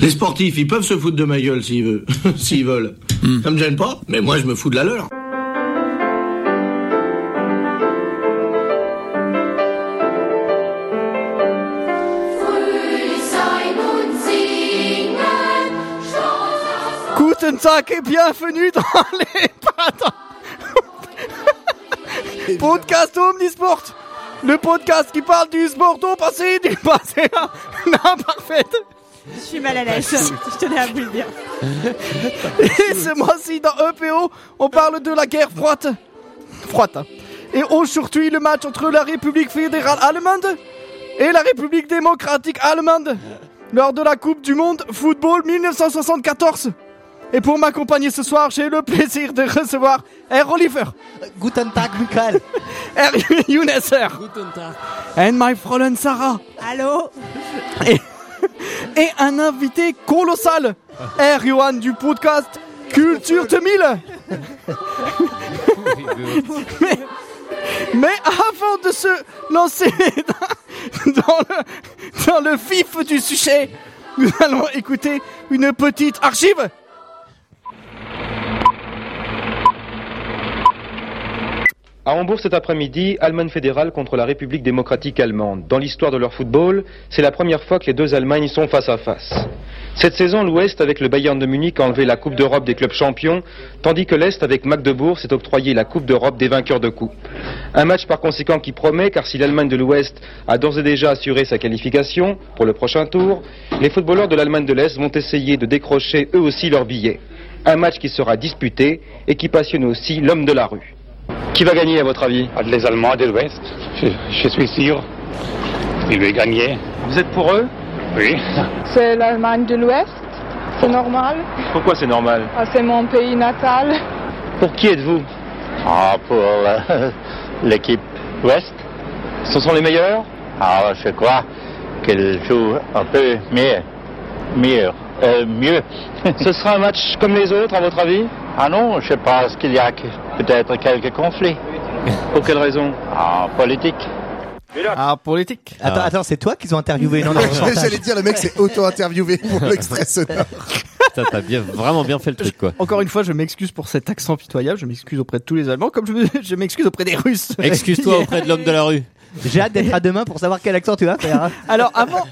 Les sportifs, ils peuvent se foutre de ma gueule s'ils veulent. s'ils veulent. Hmm. Ça me gêne pas, mais moi je me fous de la leur. Guten Tag et bienvenue dans les Patins. Podcast Omnisport. Le podcast qui parle du sport au passé, du passé à l'imparfait. Je suis mal à l'aise, je tenais à vous le dire. Et ce mois-ci, dans EPO, on parle de la guerre froide. Froide. hein. Et aujourd'hui, le match entre la République fédérale allemande et la République démocratique allemande lors de la Coupe du Monde Football 1974. Et pour m'accompagner ce soir, j'ai le plaisir de recevoir R. Oliver, Guten Tag, Michael. R. Younesser, and my Fräulein Sarah. Allô et un invité colossal, R. Johan du podcast Culture 2000. mais, mais avant de se lancer dans, dans le, dans le vif du sujet, nous allons écouter une petite archive. À Hambourg cet après-midi, Allemagne fédérale contre la République démocratique allemande. Dans l'histoire de leur football, c'est la première fois que les deux Allemagnes sont face à face. Cette saison, l'Ouest, avec le Bayern de Munich, a enlevé la Coupe d'Europe des clubs champions, tandis que l'Est, avec Magdebourg, s'est octroyé la Coupe d'Europe des vainqueurs de coupe. Un match par conséquent qui promet, car si l'Allemagne de l'Ouest a d'ores et déjà assuré sa qualification pour le prochain tour, les footballeurs de l'Allemagne de l'Est vont essayer de décrocher eux aussi leur billet. Un match qui sera disputé et qui passionne aussi l'homme de la rue. Qui va gagner à votre avis Les Allemands de l'Ouest, je, je suis sûr. Il va gagner. Ah, Vous êtes pour eux Oui. C'est l'Allemagne de l'Ouest, c'est normal. Pourquoi c'est normal Ah, c'est mon pays natal. Pour qui êtes-vous Ah, pour euh, l'équipe Ouest, Ce sont les meilleurs ah, je crois qu'elle joue un peu mieux. Mieux. Euh, mieux. Ce sera un match comme les autres à votre avis ah non, je pense qu'il y a que- peut-être quelques conflits. Pour quelle raison Ah, politique. Ah, politique. Attends, attends, c'est toi qu'ils ont interviewé Non, non, J'allais dire, le mec s'est auto-interviewé pour l'extrait sonore. Putain, t'as bien, vraiment bien fait le truc, quoi. Encore une fois, je m'excuse pour cet accent pitoyable, je m'excuse auprès de tous les Allemands, comme je, me- je m'excuse auprès des Russes. Excuse-toi auprès de l'homme de la rue. J'ai hâte d'être à demain pour savoir quel accent tu vas faire. hein. Alors avant,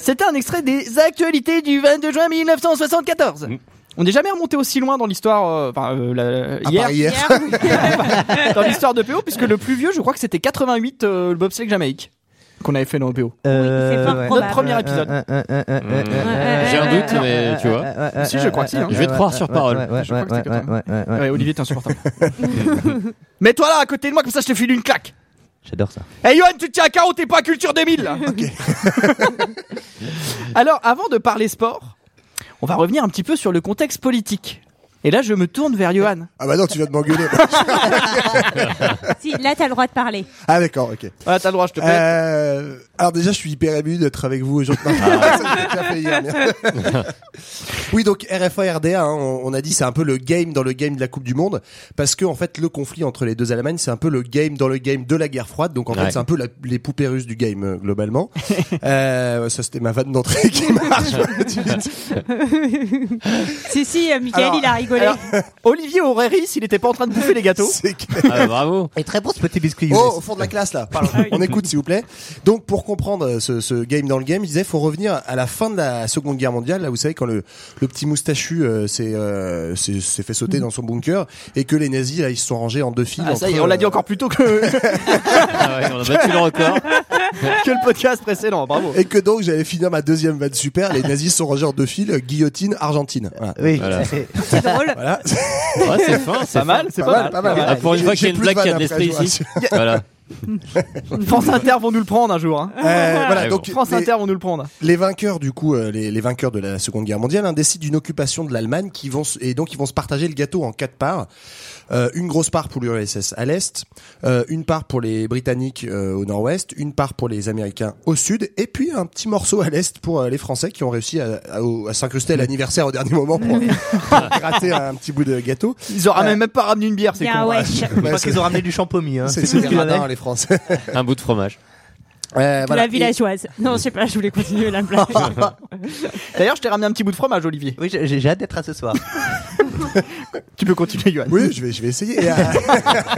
c'était un extrait des actualités du 22 juin 1974. Mm. On n'est jamais remonté aussi loin dans l'histoire, euh, enfin euh, la- À hier, part hier. dans l'histoire de PO, puisque le plus vieux, je crois que c'était 88, euh, le bobsleigh Jamaïque qu'on avait fait dans PO. Euh, fort ouais. probable. Notre premier épisode. Euh, euh, euh, euh, euh, euh, J'ai un doute, euh, mais euh, tu vois. euh, euh, Si, euh, je crois que si, hein. euh, Je vais te ouais, croire ouais, sur ouais, parole. ouais, ouais, Je crois que ouais, c'était ouais, comme ouais, ouais, ouais. Ouais, Olivier, t'es insupportable. Mais toi là, à côté de moi, comme ça, je te file une claque. J'adore ça. Eh Johan, tu te tiens à carreau, t'es pas à Culture 2000 là Alors, avant de parler sport, on va revenir un petit peu sur le contexte politique. Et là, je me tourne vers Johan. Ah bah non, tu viens de m'engueuler. Si, là, t'as le droit de parler. Ah d'accord, ok. Ah, t'as le droit, je te paie. Euh, alors déjà, je suis hyper ému d'être avec vous aujourd'hui. Non, ça, j'ai déjà fait hier, mais- oui, donc RFA RDA, hein, on, on a dit c'est un peu le game dans le game de la Coupe du Monde parce que en fait le conflit entre les deux Allemagnes, c'est un peu le game dans le game de la guerre froide. Donc en Ouais. fait, c'est un peu la- les poupées russes du game euh, globalement. euh, ça c'était ma vanne d'entrée qui marche. Si, si, euh, Michael, Alors- il a rigolé. Alors, Olivier aurait ri s'il n'était pas en train de bouffer les gâteaux. C'est que- Ah, bravo. Et très bon ce petit biscuit. Oh, Younes. au fond de la classe là. Pardon. On écoute s'il vous plaît. Donc pour comprendre euh, ce, ce game dans le game, il disait faut revenir à la fin de la Seconde Guerre mondiale. Là, vous savez quand le, le petit moustachu euh, s'est euh, s'est s'est fait sauter dans son bunker et que les nazis là ils se sont rangés en deux files. Ah, ça entre, y est, on l'a dit euh, encore plus tôt que, Ah ouais, on a battu le record. que le podcast précédent, bravo. Et que donc j'allais finir ma deuxième vanne super. Les nazis se sont rangés en deux files. euh, Guillotine Argentine. Voilà. Oui, Voilà. c'est- C'est drôle. Voilà. Ouais, c'est fin, c'est Pas mal, c'est pas, mal. Ah, pour une J'ai- fois qu'il y j'ai a une plus de blague qui a de vannes après, l'esprit je vous ici. Voilà. France Inter vont nous le prendre un jour. hein. Euh, voilà, Ouais, donc France les- Inter vont nous le prendre. Les vainqueurs du coup, euh, les, les vainqueurs de la Seconde Guerre mondiale, hein, décident d'une occupation de l'Allemagne qui vont se- et donc ils vont se partager le gâteau en quatre parts. Euh, une grosse part pour l'URSS à l'est, euh, une part pour les Britanniques euh, au nord-ouest, une part pour les Américains au sud, et puis un petit morceau à l'est pour euh, les Français qui ont réussi à, à- au- à s'incruster à l'anniversaire au dernier moment pour, pour gratter un petit bout de gâteau. Ils auraient même pas ramené une bière, c'est Bien, con. wesh. je Ouais, crois c'est- Ah, qu'ils ont ramené du champomis. Hein. c'est tout c'est ce qu'il y en a. radin les Français. Un bout de fromage. Euh, voilà. La villageoise. Non, je sais pas, je voulais continuer la blague. D'ailleurs, je t'ai ramené un petit bout de fromage, Olivier. Oui, j'ai j'ai hâte d'être à ce soir. Tu peux continuer, Johan. Et- Oui, je vais, je vais essayer. Et à,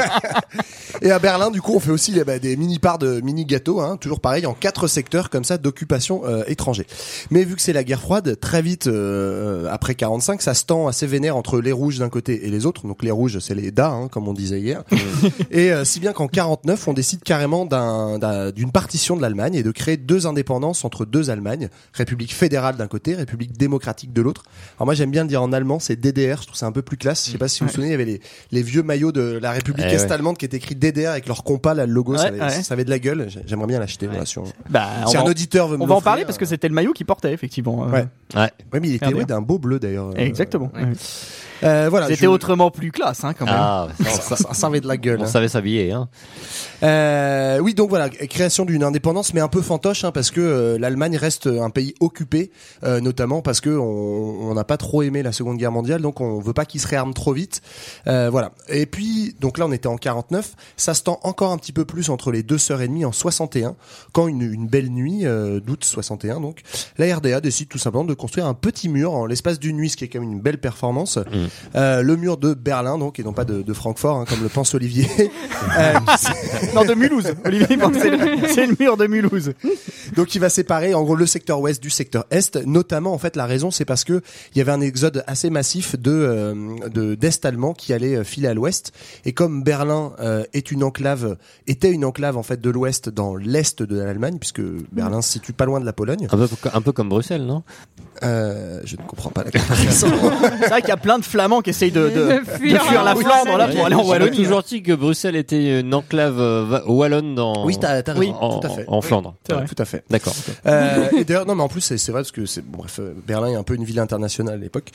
et à Berlin, du coup, on fait aussi eh ben, des mini parts de mini gâteaux, hein, toujours pareil, en quatre secteurs comme ça d'occupation euh, étranger. Mais vu que c'est la guerre froide, très vite euh, après 45, ça se tend assez vénère entre les rouges d'un côté et les autres. Donc les rouges, c'est les DA, hein, comme on disait hier. et euh, si bien qu'en 49, on décide carrément d'un- d'un- d'une partition de l'Allemagne et de créer deux indépendances entre deux Allemagnes, République fédérale d'un côté, République démocratique de l'autre. Alors moi, j'aime bien le dire en allemand, c'est DDR. Je trouve ça un peu plus classe. Je sais pas si vous vous souvenez, il y avait les, les vieux maillots de la République Eh ouais. est-allemande qui étaient écrits DDR avec leur compas, là, le logo, ça, Ouais, avait, ouais. ça avait de la gueule. J'ai- J'aimerais bien l'acheter. voilà, si on- Bah, on si va, un auditeur veut me on va en l'offrir, parler parce que euh, c'était le maillot qui portait, effectivement. euh, Ouais. Ouais. ouais, mais il était Regardez. ouais, d'un beau bleu d'ailleurs. euh, Exactement. Ouais. euh, voilà. C'était je- autrement plus classe, hein, quand même. Ah, ça, on Ça, sa- ça- ça avait de la gueule. on hein. savait s'habiller. Hein. Euh, oui, donc voilà, création d'une indépendance, mais un peu fantoche, hein, parce que euh, l'Allemagne reste un pays occupé, euh, notamment parce que on on n'a pas trop aimé la Seconde Guerre mondiale, donc on veut pas qu'il se réarme trop vite. Euh, voilà. Et puis, donc là, on était en 49, ça se tend encore un petit peu plus entre les deux sœurs ennemies en 61, quand une, une belle nuit euh, d'août 61, donc la RDA décide tout simplement de construire un petit mur en l'espace d'une nuit, ce qui est quand même une belle performance. Mm. Euh, le mur de Berlin, donc, et non pas de, de Francfort, hein, comme le pense Olivier. Euh, Non, de Mulhouse. Olivier, bon, c'est le, c'est le mur de Mulhouse. Donc il va séparer en gros le secteur ouest du secteur est. Notamment en fait la raison c'est parce que il y avait un exode assez massif de euh, de d'est allemand qui allait euh, filer à l'ouest et comme Berlin euh, est une enclave était une enclave en fait de l'ouest dans l'est de l'Allemagne puisque Berlin se situe pas loin de la Pologne. Un, peu, un peu comme Bruxelles, non Euh, je ne comprends pas la comparaison. C'est vrai qu'il y a plein de Flamands qui essayent de, de- De fuir, de fuir la hein, Flandre là Bruxelles. pour aller en On m'a Wallonie. toujours dit que Bruxelles était une enclave euh, va- wallonne dans, oui, t'as t'as raison, en, tout à fait. en Flandre. C'est vrai. Tout à fait. D'accord. Euh, et d'ailleurs, non, mais en plus, c'est c'est vrai parce que c'est bon, bref, euh, Berlin est un peu une ville internationale à l'époque.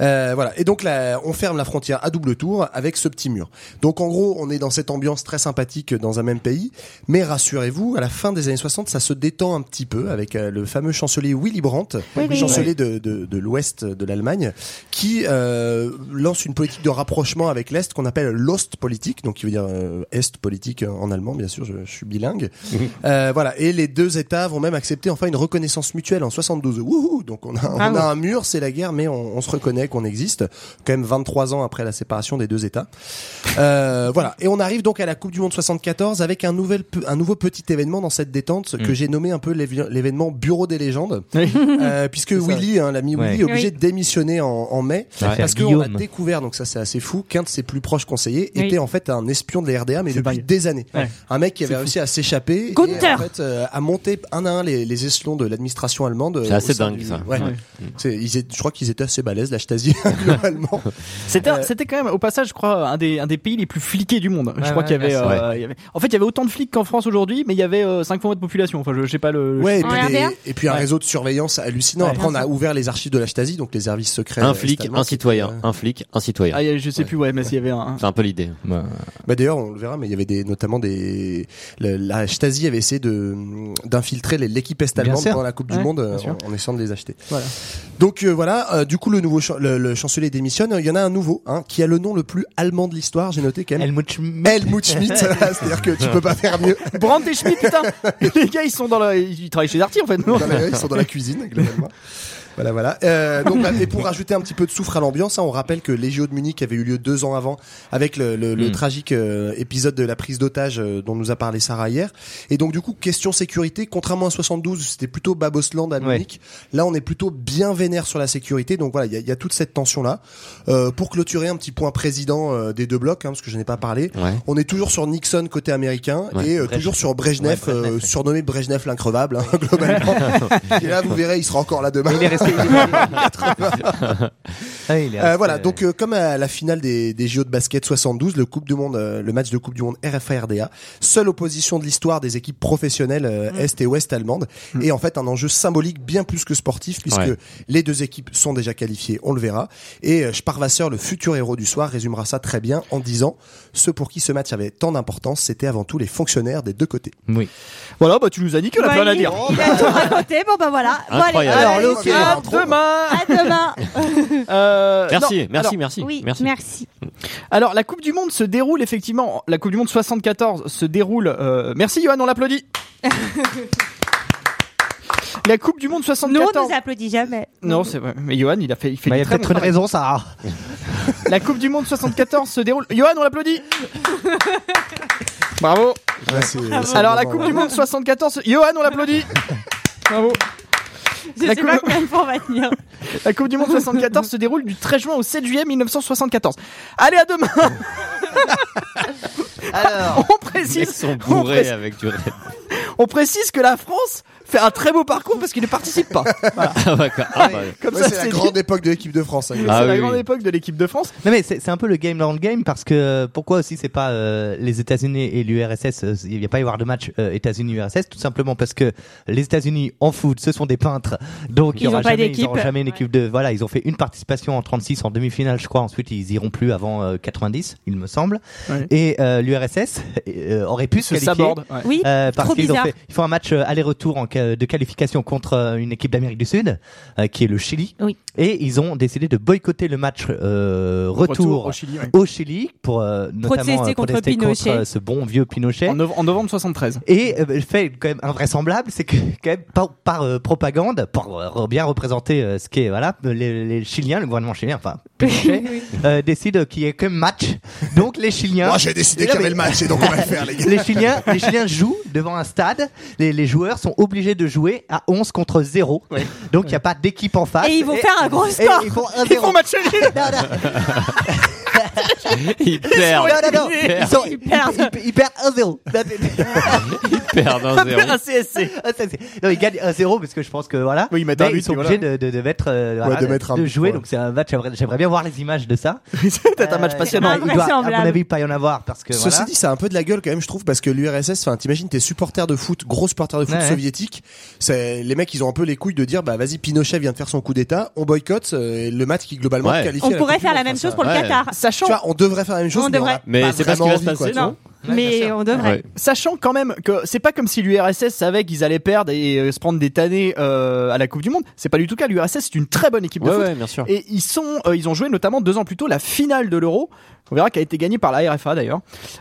Euh, voilà. Et donc là, on ferme la frontière à double tour avec ce petit mur. Donc en gros, on est dans cette ambiance très sympathique dans un même pays. Mais rassurez-vous, à la fin des années 60, ça se détend un petit peu avec euh, le fameux chancelier Willy Brandt, oui. chancelier de, de, de l'Ouest de l'Allemagne, qui euh, lance une politique de rapprochement avec l'Est qu'on appelle l'Ost politique, donc qui veut dire euh, Est politique en allemand, bien sûr, je, je suis bilingue. Euh, voilà. Et les deux États vont même accepter enfin une reconnaissance mutuelle en 72. Wouhou Donc on a, on Ah a bon. un mur, c'est la guerre, mais on, on se reconnaît qu'on existe. Quand même 23 ans après la séparation des deux États. Euh, voilà. Et on arrive donc à la Coupe du Monde 74 avec un, nouvel, pe- un nouveau petit événement dans cette détente que j'ai nommé un peu l'évi- l'événement Bureau des légendes. Euh, puisque Willy, hein, l'ami Willy, Ouais. est obligé Oui. de démissionner en, en mai Ça va parce faire qu'on a Guillaume. découvert, donc ça c'est assez fou, qu'un de ses plus proches conseillers Oui. était en fait un espion de la RDA, mais C'est depuis dingue. des années. Ouais. Un mec qui avait réussi à s'échapper et Gunther. en fait, euh, à monter un à un les, les échelons de l'administration allemande. euh, C'est assez au sein dingue, du- ça. Ouais. Ouais. C'est- ils étaient- je crois qu'ils étaient assez balèzes, la Stasi globalement. C'était, Euh, c'était quand même, au passage, je crois, un des, un des pays les plus fliqués du monde. je Ouais, crois qu'il y ouais, avait, ouais, euh, il y avait- en fait, il y avait autant de flics qu'en France aujourd'hui, mais il y avait euh, 5 fois moins de population. Enfin, je, je sais pas le. le- Ouais, et En puis, des- RDA? et puis un Ouais. réseau de surveillance hallucinant. Ouais. Après, on a ouvert les archives de la Stasi, donc les services secrets. Un euh, flic, est-allemands un qui- citoyen. Un flic, un citoyen. Ah, il y a- je sais plus, ouais, mais s'il y avait un. C'est un peu l'idée. Bah d'ailleurs, on le verra, mais il y avait des, notamment des, le- la Stasi avait essayé de d'infiltrer les- l'équipe est Bien allemande sûr. pendant la Coupe du Ouais, Monde bien euh, sûr. en, en essayant de les acheter. Voilà. Donc euh, voilà, euh, du coup le nouveau chan- le, le chancelier démissionne. Il y en a un nouveau hein, qui a le nom le plus allemand de l'histoire. J'ai noté quand même. Helmut Schmidt. Helmut Schmidt, c'est-à-dire que tu peux pas faire mieux. Brandt et Eh, Schmidt, putain! les gars, ils sont dans la. Ils travaillent chez Darty, en fait, non? Dans la- ils sont dans la cuisine, globalement. Voilà, voilà. Euh, donc, et pour ajouter un petit peu de soufre à l'ambiance, hein, on rappelle que les JO de Munich avaient eu lieu deux ans avant, avec le, le- le Mm. tragique euh, épisode de la prise d'otage euh, dont nous a parlé Sarah hier. Et donc, du coup, question sécurité, contrairement à 72, c'était plutôt Babosland à Ouais. Munich. Là, on est plutôt bien vénère sur la sécurité. Donc voilà, il y a, il y a toute cette tension-là. Euh, pour clôturer, un petit point président euh, des deux blocs, hein, parce que je n'ai pas parlé. Ouais. On est toujours sur Nixon côté américain Ouais. et euh, Brejnev. toujours sur Brejnev, Ouais, Brejnev, euh, ouais. surnommé Brejnev l'increvable, hein, globalement. et là, vous verrez, il sera encore là demain. Il est resté. il est resté- Ah, il est Euh, resté- voilà, donc euh, comme à la finale des, des JO de basket 72, le Coupe du Monde, euh, le match de Coupe du Monde RFA-RDA, seule opposition de l'histoire des équipes professionnelles Mm. euh, Est et Ouest allemandes, et en fait un enjeu symbolique bien plus que sportif, puisque Ouais. les deux équipes sont déjà qualifiées, on le verra, et euh, Sparwasser, le futur héros du soir, résumera ça très bien en disant, ceux pour qui ce match avait tant d'importance, c'était avant tout les fonctionnaires des deux côtés. Oui. Voilà, bah, tu nous as dit qu'on a Bah, plein à il- dire. Il a tout raconté, bon bah voilà. Bon, allez, Incroyable. voilà, Alors, les le- gars, À demain! À demain. Euh, Merci, non, merci, alors, merci, Oui, merci. merci. Alors, la Coupe du Monde se déroule effectivement. La Coupe du Monde 74 se déroule. euh, merci, Johan, on l'applaudit. la Coupe du Monde Nous, on 74. nous applaudit jamais. non, c'est vrai. Mais Johan, il a fait. Il fait Bah, Il du y a très peut-être bon travail. une raison, Sarah. La Coupe du Monde 74 se déroule. Johan, on l'applaudit. Bravo. Là, c'est- c'est Ah Alors, la vraiment- Coupe du Monde 74. Johan, on l'applaudit. Bravo. Je La sais coupe- pas combien de fois on va tenir. La Coupe du Monde 74 se déroule du 13 juin au 7 juillet 1974. Allez, à demain. Alors, On Les mecs précise, sont on, bourrés précise- avec du Red. on précise que la France fait un très beau parcours parce qu'il ne participe pas. Ah, d'accord. Ah, bah, Comme Ouais, ça, c'est la dit. grande époque de l'équipe de France. hein. C'est Ah la oui, grande oui. époque de l'équipe de France. non mais c'est c'est un peu le game dans le game parce que euh, pourquoi aussi c'est pas euh, les États-Unis et l'URSS euh, il n'y a pas y avoir de match euh, États-Unis-URSS tout simplement parce que les États-Unis en foot ce sont des peintres donc il y Ils aura ont pas jamais, ils d'équipe. auront jamais une équipe de voilà ils ont fait une participation en 36 en demi-finale je crois ensuite ils iront plus avant euh, 90 il me semble Ouais. et euh, l'URSS euh, aurait pu se Se qualifier saborde. ouais. Oui, Euh, parce trop qu'ils ont bizarre. fait, ils font un match euh, aller-retour en ca- de qualification contre euh, une équipe d'Amérique du Sud, euh, qui est le Chili. Oui. Et ils ont décidé de boycotter le match euh, retour, au Chili. ouais. au Chili pour euh, notamment Protester euh, contre protester contre Pinochet. euh, ce bon vieux Pinochet. En, nov- en novembre 73. Et euh, le fait quand même invraisemblable, c'est que quand même par, par, euh, propagande, pour euh, re- bien représenter euh, ce qu'est voilà les, les Chiliens, le gouvernement chilien, enfin Pinochet, euh, décide qu'il y ait que match. Donc les Chiliens. Moi, j'ai décidé Non, qu'il y avait mais- le match et donc on va le faire, les gars. les Chiliens, les Chiliens jouent devant un stade. Les, les joueurs sont obligés de jouer à 11 contre 0. Donc il n'y a pas d'équipe en face. Et ils vont faire un gros et score. ils font un Ils 0. font match nul. Non, non, ils perdent. non, non, non. Ils, sont- Ils perdent. ils- ils perdent 1-0. Ils perdent un zéro. Ah, ça, c'est- non, ils gagnent 1-0 parce que je pense que voilà. Oui, ils mettent un Mais but, ils sont puis obligés de, de- de mettre, euh, voilà, de mettre un but, jouer. ouais. Donc c'est un match. J'aimerais j'aimerais bien voir les images de ça. Peut-être un match Euh, passionnant. Il doit, à mon Invraisemblable. avis, pas y en avoir parce que Ceci voilà. dit, ça a un peu de la gueule quand même, je trouve, parce que l'URSS, enfin, t'imagines, t'es supporter de foot, gros supporter de foot Ouais, ouais. soviétique. C'est, les mecs, ils ont un peu les couilles de dire, bah, vas-y, Pinochet vient de faire son coup d'état, on boycotte euh, le match qui globalement Ouais. qualifie. à On la pourrait Coupe du faire la Monde, même enfin, chose pour le Ouais. Qatar. ça- Sachant, Tu vois, on devrait faire la même chose, On mais on devrait. a Mais pas c'est pas ce qui va vraiment se envie, quoi, passer, tu vois. non Mais on devrait. Ouais. sachant quand même que c'est pas comme si l'URSS savait qu'ils allaient perdre et euh, se prendre des tannées euh, à la Coupe du Monde. C'est pas du tout le cas. L'URSS c'est une très bonne équipe de Ouais, foot. ouais, bien sûr. Et ils sont, euh, ils ont joué notamment deux ans plus tôt la finale de l'Euro. On verra qui a été gagnée par la RFA d'ailleurs.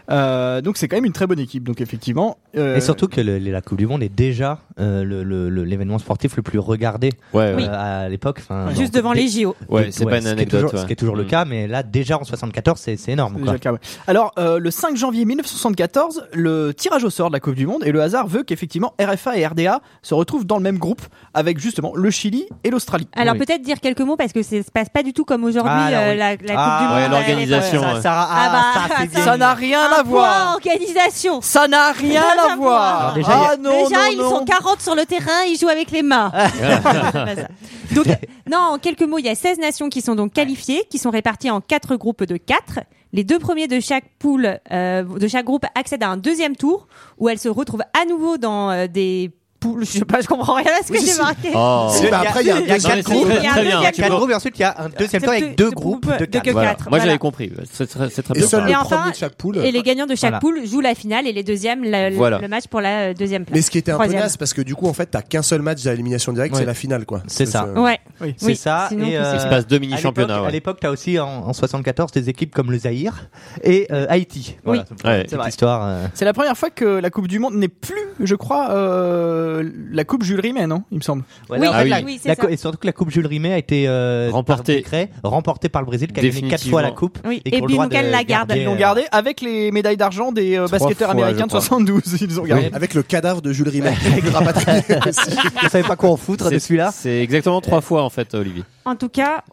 Euh, donc c'est quand même une très bonne équipe. Donc effectivement. euh, Et surtout que le- la Coupe du Monde est déjà euh, le- le- le- l'événement sportif le plus regardé Ouais, ouais. euh, à l'époque. enfin, dans- Juste devant les JO. Ouais, c'est Ouais, pas une ce qui est anecdote. toujours- Ce ouais. qui est toujours le Mm. cas, mais là, déjà en 74, c'est c'est c'est énorme. déjà Quoi. le cas, ouais. Alors, euh, le 5 janvier 1974, le tirage au sort de la Coupe du Monde et le hasard veut qu'effectivement RFA et RDA se retrouvent dans le même groupe avec justement le Chili et l'Australie. Alors Oui. peut-être dire quelques mots parce que ça se passe pas du tout comme aujourd'hui Ah, alors euh, oui. la, la Coupe Ah, du Monde. ouais, à l'organisation, l'époque. ouais. Sarah, Ah bah, ça, c'est ça- bien. Ça n'a rien Un à point voir. organisation. Ça n'a rien à à voir. voir. Alors déjà, il y ah non, Déjà, non, ils non. sont 40 sur le terrain, ils jouent avec les mains. Ah. Pas ça. donc, non, en quelques mots, il y a 16 nations qui sont donc qualifiées, qui sont réparties en quatre groupes de quatre. Les deux premiers de chaque poule, euh, de chaque groupe, accèdent à un deuxième tour où elles se retrouvent à nouveau dans euh, des poules. Je sais pas, je comprends rien à ce que j'ai marqué. Oh. Si, bah, après, il y a un Il y a Non, deuxième mais quatre c'est groupes. très, Il y a très un bien. deuxième tu Quatre vois. groupes, et ensuite, il y a un deuxième C'est temps deux- avec deux deux groupes groupes de de quatre. quatre. Voilà. quatre, Moi, voilà. j'avais compris. C'est très, c'est très Et bien. seul Et le enfin, premier de chaque poule. Et les gagnants de chaque Euh, Voilà. poule jouent la finale et les deuxièmes le, le- Voilà. le match pour la euh, deuxième place. Mais ce qui était un peu Troisième. naze, parce que du coup, en fait, t'as qu'un seul match à élimination directe, Ouais. c'est la finale, quoi. euh, C'est ça. Ouais. C'est Oui, ça. sinon, et, tout euh, Il se passe deux à mini-championnats. l'époque- À ouais. l'époque, tu as aussi en, en 74 des équipes comme le Zaïre et euh, Haïti. Voilà, c'est Ouais. petite vrai. histoire. euh. C'est la première fois que la Coupe du Monde n'est plus, je crois, euh, la Coupe Jules Rimet, non Il me semble. Voilà, en Ah fait, oui. la- Oui, c'est la ça. cou- et surtout que la Coupe Jules Rimet a été euh, Remportée. par décret, remportée par le Brésil qui a gagné quatre Définitivement. fois la Coupe. Oui, qui et ont le droit Binoukal de la garde. garder, Ils l'ont euh, gardé avec les médailles d'argent des euh, Trois basketteurs fois, américains de je crois. 72. Ils ont gardé. Avec le cadavre de Jules Rimet, rapatrié aussi. Je savais pas quoi en foutre de C'est- celui-là. C'est exactement trois fois en fait, Olivier. En tout cas,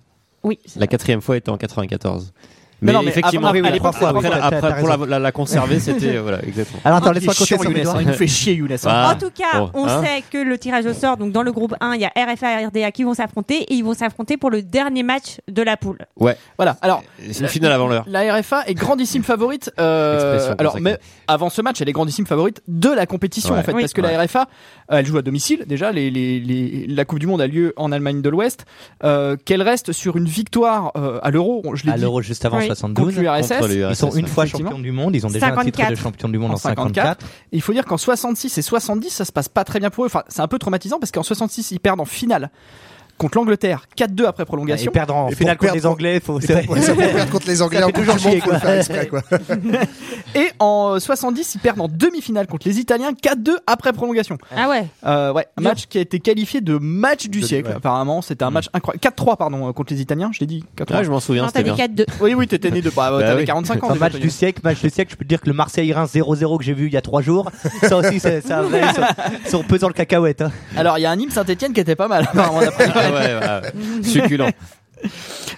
oui. La quatrième fois était en 94. Mais Mais, non, mais effectivement, après- après, oui, après, oui, après, t'as- après, t'as pour la, raison. Ah, la- la conserver, c'était euh, voilà, exactement. Alors attends, Il est laisse-moi chiant, compter ça, Younes, Benoît. hein, Il me fait chier, Younes. hein. Ah. En tout cas, Oh, bon, on hein. sait que le tirage au sort, donc dans le groupe 1, il y a RFA et RDA qui vont s'affronter et ils vont s'affronter pour le dernier match de la poule. Ouais, Voilà. Alors, c'est une finale avant l'heure. la RFA est grandissime favorite. euh, Expression alors, consacrée. mais avant ce match, elle est grandissime favorite de la compétition Ouais. en fait, Oui. parce que la RFA, euh, elle joue à domicile. Déjà, les, les- les- la Coupe du Monde a lieu en Allemagne de l'Ouest. Euh, Qu'elle reste sur une victoire euh, à l'Euro. Je l'ai À dit. l'Euro juste avant Oui. Contre 72. l'URSS, Contre l'URSS, Ils sont une ouais. fois Effectivement. champions du monde, ils ont déjà un titre de 54. champion du monde en En 54. il faut dire qu'en 66 et 70, ça se passe pas très bien pour eux. Enfin, c'est un peu traumatisant parce qu'en 66, ils perdent en finale contre l'Angleterre, 4-2 après Et prolongation. perdre en Et pour finale contre perdre- les Anglais, faut. Ouais, ça pour perdre contre les Anglais, fait en plus, toujours du monde, chier, faut le quoi. faire exprès, quoi. Et en euh, 70, ils perdent en demi-finale contre les Italiens, 4-2 après prolongation. Ah ouais. Euh, ouais, un match qui a été qualifié de match du De- siècle, ouais. apparemment. C'était un match incroyable. 4-3, pardon, euh, contre les Italiens, je l'ai dit. 4-3. Ah, je m'en souviens, Non, t'as c'était des bien. 4-2. Oui, oui, t'étais né de. Bah, Bah t'avais oui. 45 ans. Un déjà, match toi, du siècle, match du siècle, je peux te dire que le Marseille-Rhin 0-0 que j'ai vu il y a 3 jours, ça aussi, ça, ça avait son, son pesant le cacahuète. hein. Alors, il y a un Nîmes Saint-Etienne qui était pas mal, apparemment, d'après. Ah ouais, ouais. Succulent.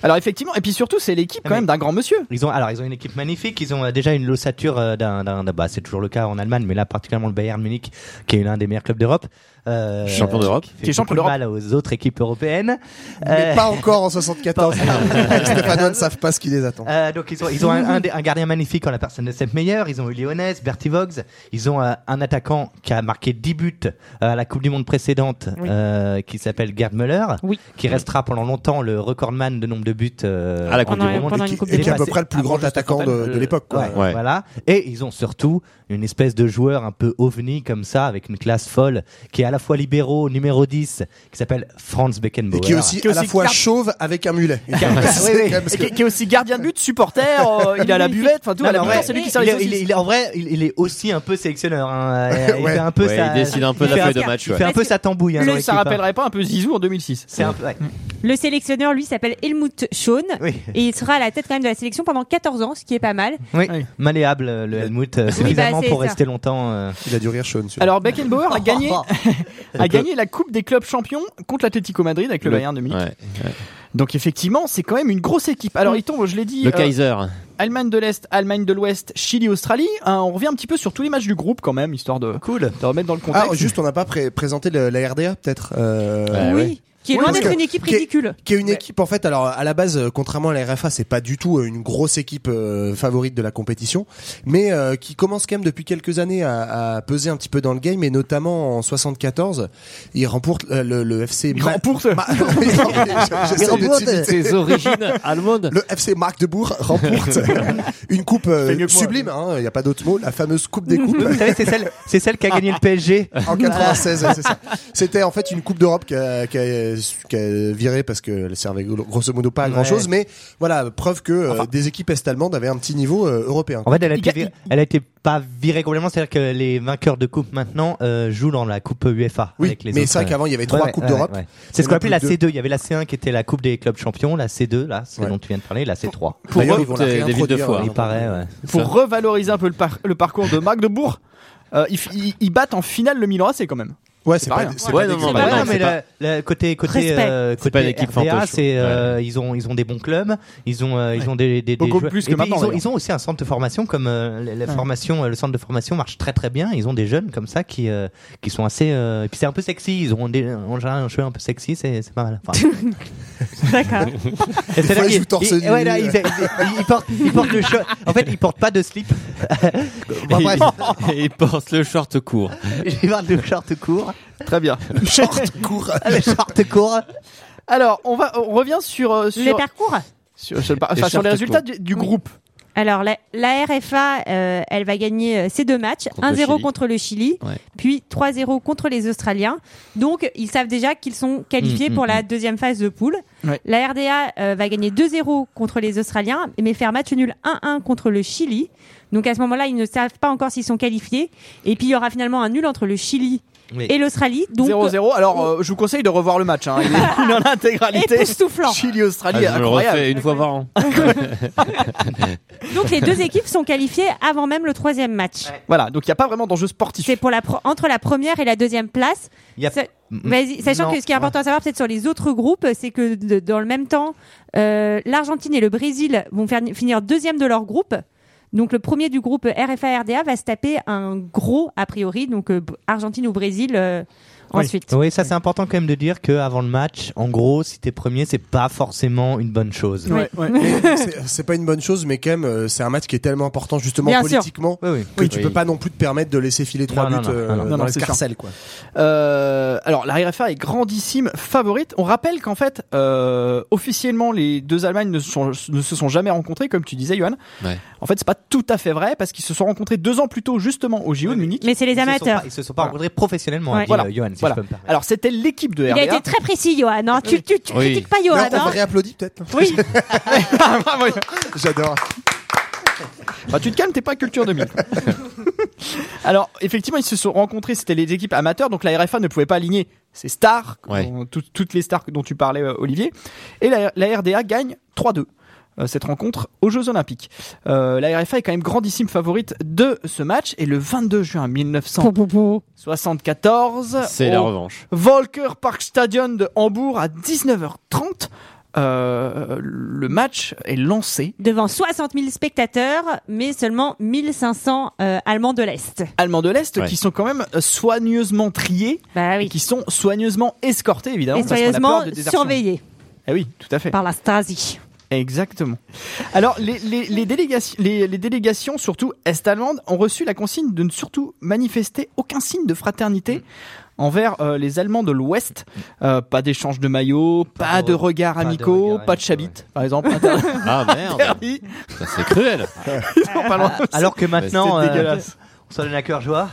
Alors, effectivement, et puis surtout, c'est l'équipe quand Mais- même d'un grand monsieur. Ils ont, alors, ils ont une équipe magnifique, ils ont euh, déjà une lossature euh, d'un. d'un- d'un- bah, c'est toujours le cas en Allemagne, mais là, particulièrement le Bayern Munich, qui est l'un des meilleurs clubs d'Europe. euh, Champion d'Europe. Qui Qui est est champion champion mal aux autres équipes européennes. Mais Euh, pas encore en 74. Les Stéphanois ne savent pas ce qui les attend. Ah, Euh, donc ils ont, ils ont un, un des- un gardien magnifique en la personne de Sepp Meyer, ils ont eu Lyonnais, Bertie Vogs, ils ont euh, un attaquant qui a marqué 10 buts euh, à la Coupe du Monde précédente Oui. euh, qui s'appelle Gerd Müller, Oui. qui restera pendant longtemps le recordman de nombre de buts euh, À la Coupe Pendant- du Monde. pendant Et une Coupe qui, et du qui est à Monde. peu près le plus Avant grand juste attaquant de, Fontaine, de l'époque, quoi. Ouais, Ouais. Voilà. Et ils ont surtout une espèce de joueur un peu ovni comme ça, avec une classe folle, qui est à la fois libéraux, numéro 10, qui s'appelle Franz Beckenbauer. Et qui est aussi Qui est à la aussi fois carte- chauve avec un mulet. Il faut Carte- préciser Oui, oui. quand même, parce Et que- qui, qui est aussi gardien de but, supporter, euh, il a la buvette, enfin tout, Non, à la mais en buvette, vrai, c'est lui qui il- sert Il les est- il, est- saucisses. il est- en vrai, il, il est aussi un peu sélectionneur. hein. Euh, Il Ouais. fait un peu Ouais, sa, il décide un peu de il fait la feuille un- de match. Il ouais. fait un peu sa tambouille. hein, dans Le- Ça l'équipe, hein. rappellerait pas un peu Zizou en 2006. C'est un peu. ouais. Le sélectionneur, lui, s'appelle Helmut Schoen. Oui. Et il sera à la tête quand même de la sélection pendant 14 ans, ce qui est pas Euh, mal. Oui. Oui. Malléable euh, le Helmut, euh, bah, suffisamment c'est pour ça. rester longtemps. euh. Il a dû rire Sean. celui-là. Alors Beckenbauer a gagné, a gagné la Coupe des clubs champions contre l'Atlético Madrid avec le, Le- Bayern de Munich. Ouais. Donc effectivement, c'est quand même une grosse équipe. Mm. Alors il tombe, je l'ai dit, Le euh, Kaiser. Allemagne de l'Est, Allemagne de l'Ouest, Chili, Australie. Hein, on revient un petit peu sur tous les matchs du groupe quand même, histoire de, Cool. de remettre dans le Ah, contexte. juste, on n'a pas pré- présenté le- la RDA, peut-être. euh, Ouais, Bah oui. ouais. Qui est Oui, loin parce d'être que- une équipe qui est- ridicule. Qui est une équipe, en fait, alors à la base, euh, contrairement à la RFA, c'est pas du tout euh, une grosse équipe euh, favorite de la compétition, mais euh, qui commence quand même depuis quelques années à, à peser un petit peu dans le game, et notamment en 74, il remporte euh, le, le FC. Grand Ma- pour ce- Ma- J'essaie Il remporte. d'utiliser- Ses origines allemandes. Le FC Magdebourg remporte euh, une coupe euh, Fais mieux que moi. sublime, il n'y a pas d'autre mot, la fameuse coupe des coupes Vous savez, c'est celle, c'est celle qui a gagné le PSG. en 96, ouais, c'est ça. C'était en fait une coupe d'Europe qui a, qui a- qui a viré parce qu'elle servait gro- grosso modo pas à grand Ouais. chose, mais voilà, preuve que euh, des équipes est-allemandes avaient un petit niveau euh, européen. En fait, elle a, Il été, ga- vir- elle a été pas virée Ah, complètement, c'est-à-dire que les vainqueurs de coupe maintenant euh, jouent dans la coupe UEFA. Oui, avec les mais autres, c'est vrai euh, qu'avant il y avait Ouais, trois ouais, coupes ouais, d'Europe. ouais. C'est ce qu'on a appelait plus la que C2. Il y avait la C1 qui était la Coupe des clubs champions, la C2, là, celle Ouais. dont tu viens de parler, la C3. Pour D'ailleurs, eux, ils vont la des- des villes de réintroduire, foire. euh, Il paraît, ouais. Pour revaloriser un peu le, par- le parcours de Magdebourg, euh, ils, ils- ils battent en finale le Milan AC quand même. Ouais, c'est pas pas, rien. c'est Ouais, pas non, dégueu. non, Ouais, bah non, mais c'est pas- le, le côté côté Respect. euh, C'est pas une côté équipe RDA, fantoche. c'est euh, ils ont ils ont des bons clubs, ils ont euh, ils ont des des, des Beaucoup joueurs- plus que et puis, maintenant, ils ont, d'ailleurs. ils ont aussi un centre de formation comme euh, la, la formation euh, le centre de formation marche très très bien, ils ont des jeunes comme ça qui euh, qui sont assez euh, et puis c'est un peu sexy, ils ont des en général un cheveu un peu sexy, c'est c'est pas mal. Enfin, D'accord. et c'est fois, là ils qu'ils- jouent torse ils- nu. ouais, là, ils- ils- ils portent ils portent le short. En fait, ils portent pas de slip. Bon, bref, Et il porte le short court. ils portent le short court, Très bien. Short court. le short court. Alors on va on revient sur euh, Les sur parcours sur, sur le par- Les enfin, sur les shorts résultats courts. du, du Oui. groupe. Alors, la, la RFA, euh, elle va gagner euh, ces deux matchs. Contre le 1-0 Chili. contre le Chili, Ouais. puis 3-0 contre les Australiens. Donc, ils savent déjà qu'ils sont qualifiés Mm, mm, pour la deuxième phase de poule. Ouais. La RDA euh, va gagner 2-0 contre les Australiens, mais faire match nul 1-1 contre le Chili. Donc, à ce moment-là, ils ne savent pas encore s'ils sont qualifiés. Et puis, il y aura finalement un nul entre le Chili Oui. et l'Australie. Donc, 0-0. Alors euh, je vous conseille de revoir le match. Hein. Il est il est en intégralité. époustouflant. Chili-Australie, Ah, je me Ah, le incroyable. refais une fois par an. Donc, les deux équipes sont qualifiées avant même le troisième match. Voilà, donc il n'y a pas vraiment d'enjeu sportif. C'est pour la pro- entre la première et la deuxième place. Il y a- Ça- Mm, Vas-y, sachant Non, que ce qui est important à savoir peut-être sur les autres groupes, c'est que de- dans le même temps, euh, l'Argentine et le Brésil vont faire- finir deuxième de leur groupe. Donc le premier du groupe RFA-RDA va se taper un gros a priori, donc euh, Argentine ou Brésil euh, ensuite. Oui, ça c'est important quand même de dire que avant le match, en gros, si t'es premier, c'est pas forcément une bonne chose. Ouais, ouais. Mais c'est- C'est pas une bonne chose, mais quand même, euh, c'est un match qui est tellement important justement Bien sûr. politiquement Oui, oui. que tu Oui. peux pas non plus te permettre de laisser filer trois Non, non, buts non, euh, non, non, dans non, les c'est sûr. carcelles, quoi. Euh, alors la RFA est grandissime favorite. On rappelle qu'en fait, euh, officiellement, les deux Allemagnes ne, sont- ne se sont jamais rencontrées, comme tu disais, Johan. Ouais. En fait, c'est pas tout à fait vrai parce qu'ils se sont rencontrés deux ans plus tôt, justement au JO de Munich. Mais c'est les Ils se sont amateurs. pas- Ils se sont pas Voilà. rencontrés professionnellement, Ouais. a dit, Voilà. euh, Johan. si Voilà. je peux me permettre. Alors c'était l'équipe de Il a été RDA. très précis, Johan. hein. Tu, tu, tu Oui. critiques pas Non, Johan. t'as hein. réapplaudi peut-être Oui. J'adore. Bah, tu te calmes, t'es pas culture 2000. Alors effectivement, ils se sont rencontrés, c'était les équipes amateurs, donc la RFA ne pouvait pas aligner ses stars, Ouais. dont- tout- toutes les stars dont tu parlais, euh, Olivier. Et la, la RDA gagne 3-2. euh, Cette rencontre aux Jeux Olympiques. Euh, la RFA est quand même grandissime favorite de ce match et le 22 juin 1974, C'est au la revanche. Volker Park Stadion de Hambourg à 19h30. Euh, le match est lancé. Devant 60 000 spectateurs, mais seulement 1500 euh, Allemands de l'Est. Allemands de l'Est Ouais. qui sont quand même euh, soigneusement triés Bah Ah et oui. qui sont soigneusement escortés évidemment. Et parce qu'on a soigneusement peur de désertion. surveillés Eh oui, tout à Ah. fait. par la Stasi. Exactement. Alors les, les, les délégations, les, les délégations surtout est-allemandes ont reçu la consigne de ne surtout manifester aucun signe de fraternité envers euh, les Allemands de l'Ouest. Euh, pas d'échange de maillots, pas, de- de regards pas de amicaux, regards pas de amicaux, chabit, par exemple. Oh. interdit. Ah merde, ça, c'est cruel. Non, pas loin. Alors que maintenant, C'était euh, dégueulasse. on s'en donne à cœur joie.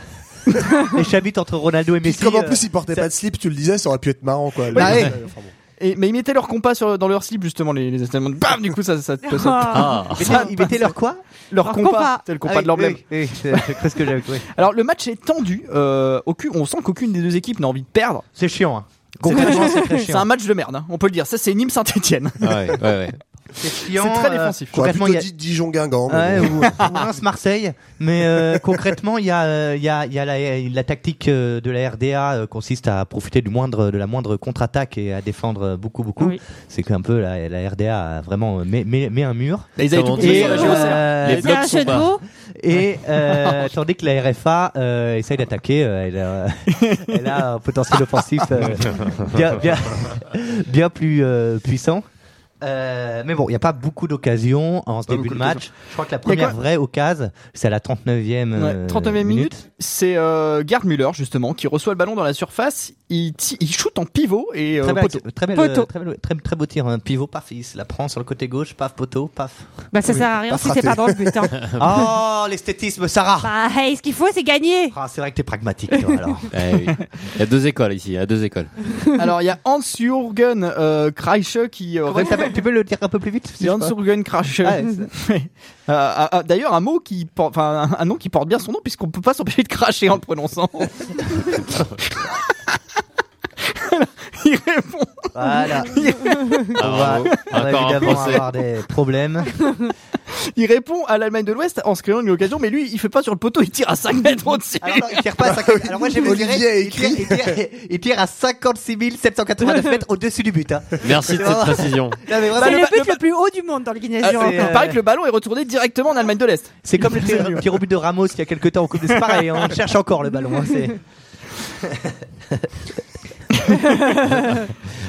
Les chapitres entre Ronaldo et Messi. Comme en euh, plus, il portait pas de slip, tu le disais, ça aurait pu être marrant quoi. Bah, Le- euh, ouais. Enfin, bon. Et- mais ils mettaient leur compas sur, dans leur slip justement les, les Allemands. Bam, du coup ça, ça, Oh, ça- ça- Oh. Ah. ils mettaient- ils mettaient leur quoi leur Leur compas, compas. c'est le Ah compas oui, de l'emblème. oui, oui, c'est c'est presque ce que j'avais oui. Alors le match est tendu. euh, aucune- on sent qu'aucune des deux équipes n'a envie de perdre. C'est chiant. Hein. Concrètement, c'est très C'est un chiant. match de merde, hein, on peut le dire. Ça c'est Nîmes Saint-Etienne. Ah ouais, ouais, ouais. C'est C'est chiant, très euh, défensif. J'aurais concrètement, plutôt il y a- Ah. dit Dijon-Guingamp. mais Ouais, bon. ou, ou Reims Marseille, mais euh, concrètement, il y a, euh, il y a, il y a la, la tactique euh, de la RDA euh, consiste à profiter du moindre, de la moindre contre-attaque et à défendre euh, beaucoup, beaucoup. Oui. C'est qu'un peu la, la RDA a vraiment euh, met, met, met un mur. Là, ils avaient Comment tout dire Et, coupé sur le euh, jeu. Ah, euh, Les C'est un blocs sont jeu de bas. mots. et euh, tandis que la RFA euh, essaye d'attaquer, euh, elle, a- elle a un potentiel offensif euh, bien, bien, bien plus euh, puissant. Euh, mais bon, il n'y a pas beaucoup d'occasions en ce Pas début beaucoup de match. Je crois que la Il y a première quoi vraie occasion, c'est à la 39e, Ouais, euh, 39e minute, c'est euh, Gerd Müller justement qui reçoit le ballon dans la surface, il, ti- il shoot en pivot et euh, Très, belle, poteau. action- très, belle, Poteau. euh, très, belle- très- très beau tir, un pivot, paf, il se la prend sur le côté gauche, paf, poteau, paf. Bah ça sert à rien pas si c'est frappé. pas dans le but. hein. Oh, l'esthétisme, Sarah bah hey, ce qu'il faut c'est gagner. Ah, C'est vrai que t'es pragmatique, toi, alors. Eh oui. Il y a deux écoles ici, il y a deux écoles. Ah, Alors il y a Hans-Jürgen euh, Kreische qui euh, Comment il s'appelle tu peux le dire un peu plus vite C'est Hans Jürgen Krasche. Euh, Ah, D'ailleurs, un mot qui, por- enfin, un- un nom qui porte bien son nom puisqu'on peut pas s'empêcher de cracher en le prononçant. Il répond. Voilà. Ah, bravo. On va Encore un évidemment français. avoir des problèmes. Il répond à l'Allemagne de l'Ouest en se créant une occasion, mais lui, il fait pas sur le poteau, il tire à 5 mètres au-dessus. Alors, Ah, non, il tire pas à 50 Alors, moi, j'ai Olivier a il, tire, écrit. il, tire, il tire à 56 789 mètres au-dessus du but. Hein. Merci de cette précision. Non, bah, mais vraiment, C'est le le ba- but le plus haut du monde dans le Guinness Ah, du c'est- c'est- Record. euh, Pareil que le ballon est retourné directement en Allemagne de l'Est. C'est comme le tir, tir au but de Ramos il y a quelques temps en Coupe d'Espagne et on cherche encore le ballon. hein, c'est-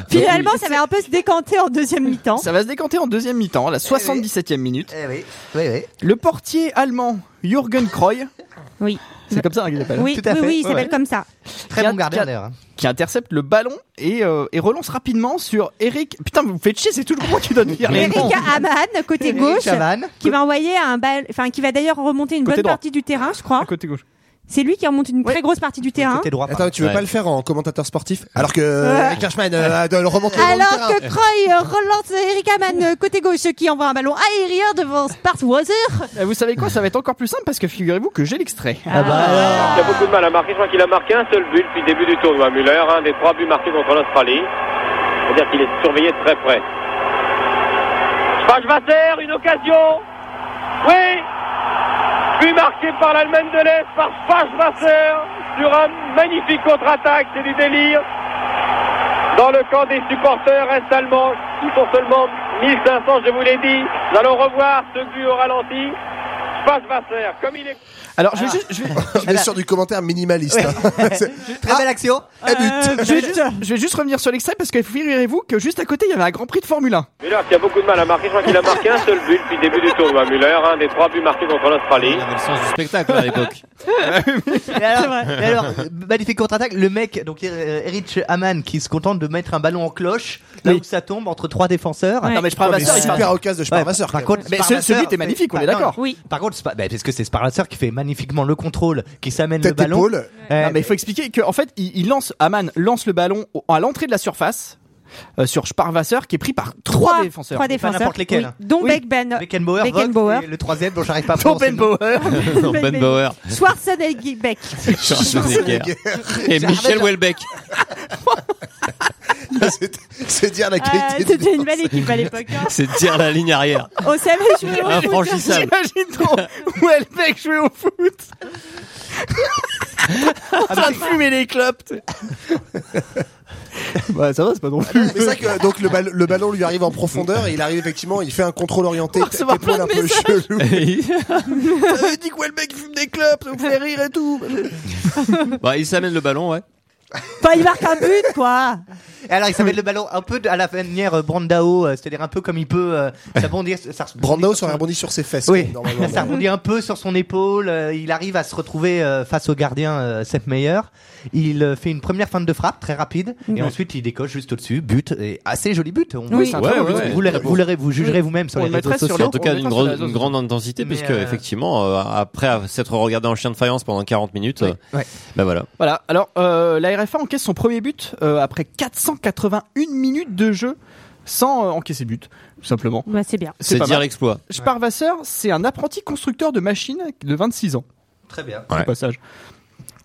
Finalement ça va un peu se décanter en deuxième mi-temps. Ça va se décanter en deuxième mi-temps, à la 77e minute. Eh oui, oui, oui. Le portier allemand Jürgen Kroy, Oui. c'est comme ça hein, qu'il s'appelle, Oui, tout à oui, fait. oui, il s'appelle Ouais. comme ça. Très Quatre- bon gardien quatre- d'ailleurs. hein. qui intercepte le ballon et, euh, et relance rapidement sur Eric. Putain, vous me faites chier, c'est toujours moi qui donne euh, lire les Eric noms. Hamann, côté Eric gauche, Chavan. qui va envoyer un bal, enfin qui va d'ailleurs remonter une Côté bonne droit. partie du terrain, je crois. Côté gauche. C'est lui qui remonte une Ouais. très grosse partie du terrain. Côté droit. pardon. Attends, tu veux Ouais. pas le faire en commentateur sportif Alors que Eric Hirschman euh, euh, le remonte le long du Alors terrain. que Croy euh, relance Eric Hamann euh, côté gauche qui envoie un ballon aérien devant Spartwater. Eh, Vous savez quoi, ça va être encore plus simple parce que figurez-vous que j'ai l'extrait. Ah bah alors. Il a beaucoup de mal à marquer. Je crois qu'il a marqué un seul but depuis le début du tournoi. Muller, un des trois buts marqués contre l'Australie. C'est-à-dire qu'il est surveillé de très près. Spachwasser, une occasion. Oui. But marqué par l'Allemagne de l'Est, par Spachwasser, sur un magnifique contre-attaque. C'est du délire. Dans le camp des supporters est allemands, qui sont seulement 1500, je vous l'ai dit. Nous allons revoir ce but au ralenti. Spachwasser, comme il est. Alors, je vais juste, je vais, On est sur du commentaire minimaliste. hein. C'est- Très belle action. Euh, Eh, but. je vais juste, je vais juste revenir sur l'extrait parce que figurez-vous que juste à côté, il y avait un Grand Prix de Formule 1. Muller qui a beaucoup de mal à marquer, je crois qu'il a marqué un seul but depuis le début du tournoi. Muller, un des trois buts marqués contre l'Australie. Ah, Il avait le sens du spectacle à l'époque. Et alors, et alors, euh, magnifique contre-attaque. Le mec, donc euh, Erich Hamann, qui se contente de mettre un ballon en cloche, là Oui. où ça tombe entre trois défenseurs. Oh, Ouais. Non, mais je prends Ouais, la mais sœur, il super parle- occasion de Sparvasser. par contre, euh, Mais ce, Sparwasser, ce but est magnifique, on est d'accord. Oui. Par contre, contre, Spa- bah, parce que c'est Sparlasser qui fait magnifiquement le contrôle, qui s'amène le Tête ballon. épaule. Euh, Non, mais il faut expliquer qu'en fait, il, il lance, Aman lance le ballon au- à l'entrée de la surface euh, sur Sparvasser qui est pris par trois, Trois- défenseurs. Trois pas défenseurs. n'importe lesquels, hein. Oui. Dont Oui. Beckben- Beckenbauer, Vogt, Beckenbauer. et le troisième dont j'arrive pas à prononcer le nom. Beckenbauer. Non, Ben Bauer, Schwarzenegger Beck. Schwarzenegger. et Michel Houellebecq. C'est- C'est dire la Ah, qualité. de- C'était une belle équipe à l'époque. hein. C'est de dire la ligne arrière. On savait jouer au foot. Infranchissable. J'imagine trop où elle mec jouer au foot. en train de fumer les clopes. tu sais. bah ça va, c'est pas non plus. Mais c'est vrai que euh, donc le, ball- le ballon lui arrive en profondeur et il arrive effectivement, il fait un contrôle orienté, On recevra épaule plein un de peu messages. chelou. Euh, T'avais dit que mec fume des clopes, ça vous fait rire et tout. Bah, il s'amène le ballon, ouais. Enfin, il marque un but, quoi. Et alors, il s'amène le ballon un peu de- à la manière euh, Brandao, euh, c'est-à-dire un peu comme il peut. euh, ça rebondit, ça rebondit Brandao sur serait rebondi sur ses fesses. Oui, normalement. ça rebondit un peu sur son épaule. euh, il arrive à se retrouver euh, face au gardien euh, Sepp Meyer. Il euh, fait une première feinte de frappe très rapide et ensuite il décoche juste au-dessus, but et assez joli but. On- Oui. Ouais, ouais, ouais. Vous, l'aurez- vous l'aurez- vous jugerez vous-même sur On les le réseaux mettrait sur sociaux. le- En tout cas, On d'une mettra grande, sur la zone. une grande intensité, Mais, puisque euh, effectivement, euh, après s'être regardé en chien de faïence pendant 40 minutes, euh, ouais. bah voilà. Voilà, alors euh, la RFA encaisse son premier but euh, après 481 minutes de jeu sans euh, encaisser but, tout simplement. Bah, c'est bien. C'est pas dire mal. l'exploit. Sparvasser, c'est un apprenti constructeur de machines de 26 ans, Très bien. au Ouais. passage.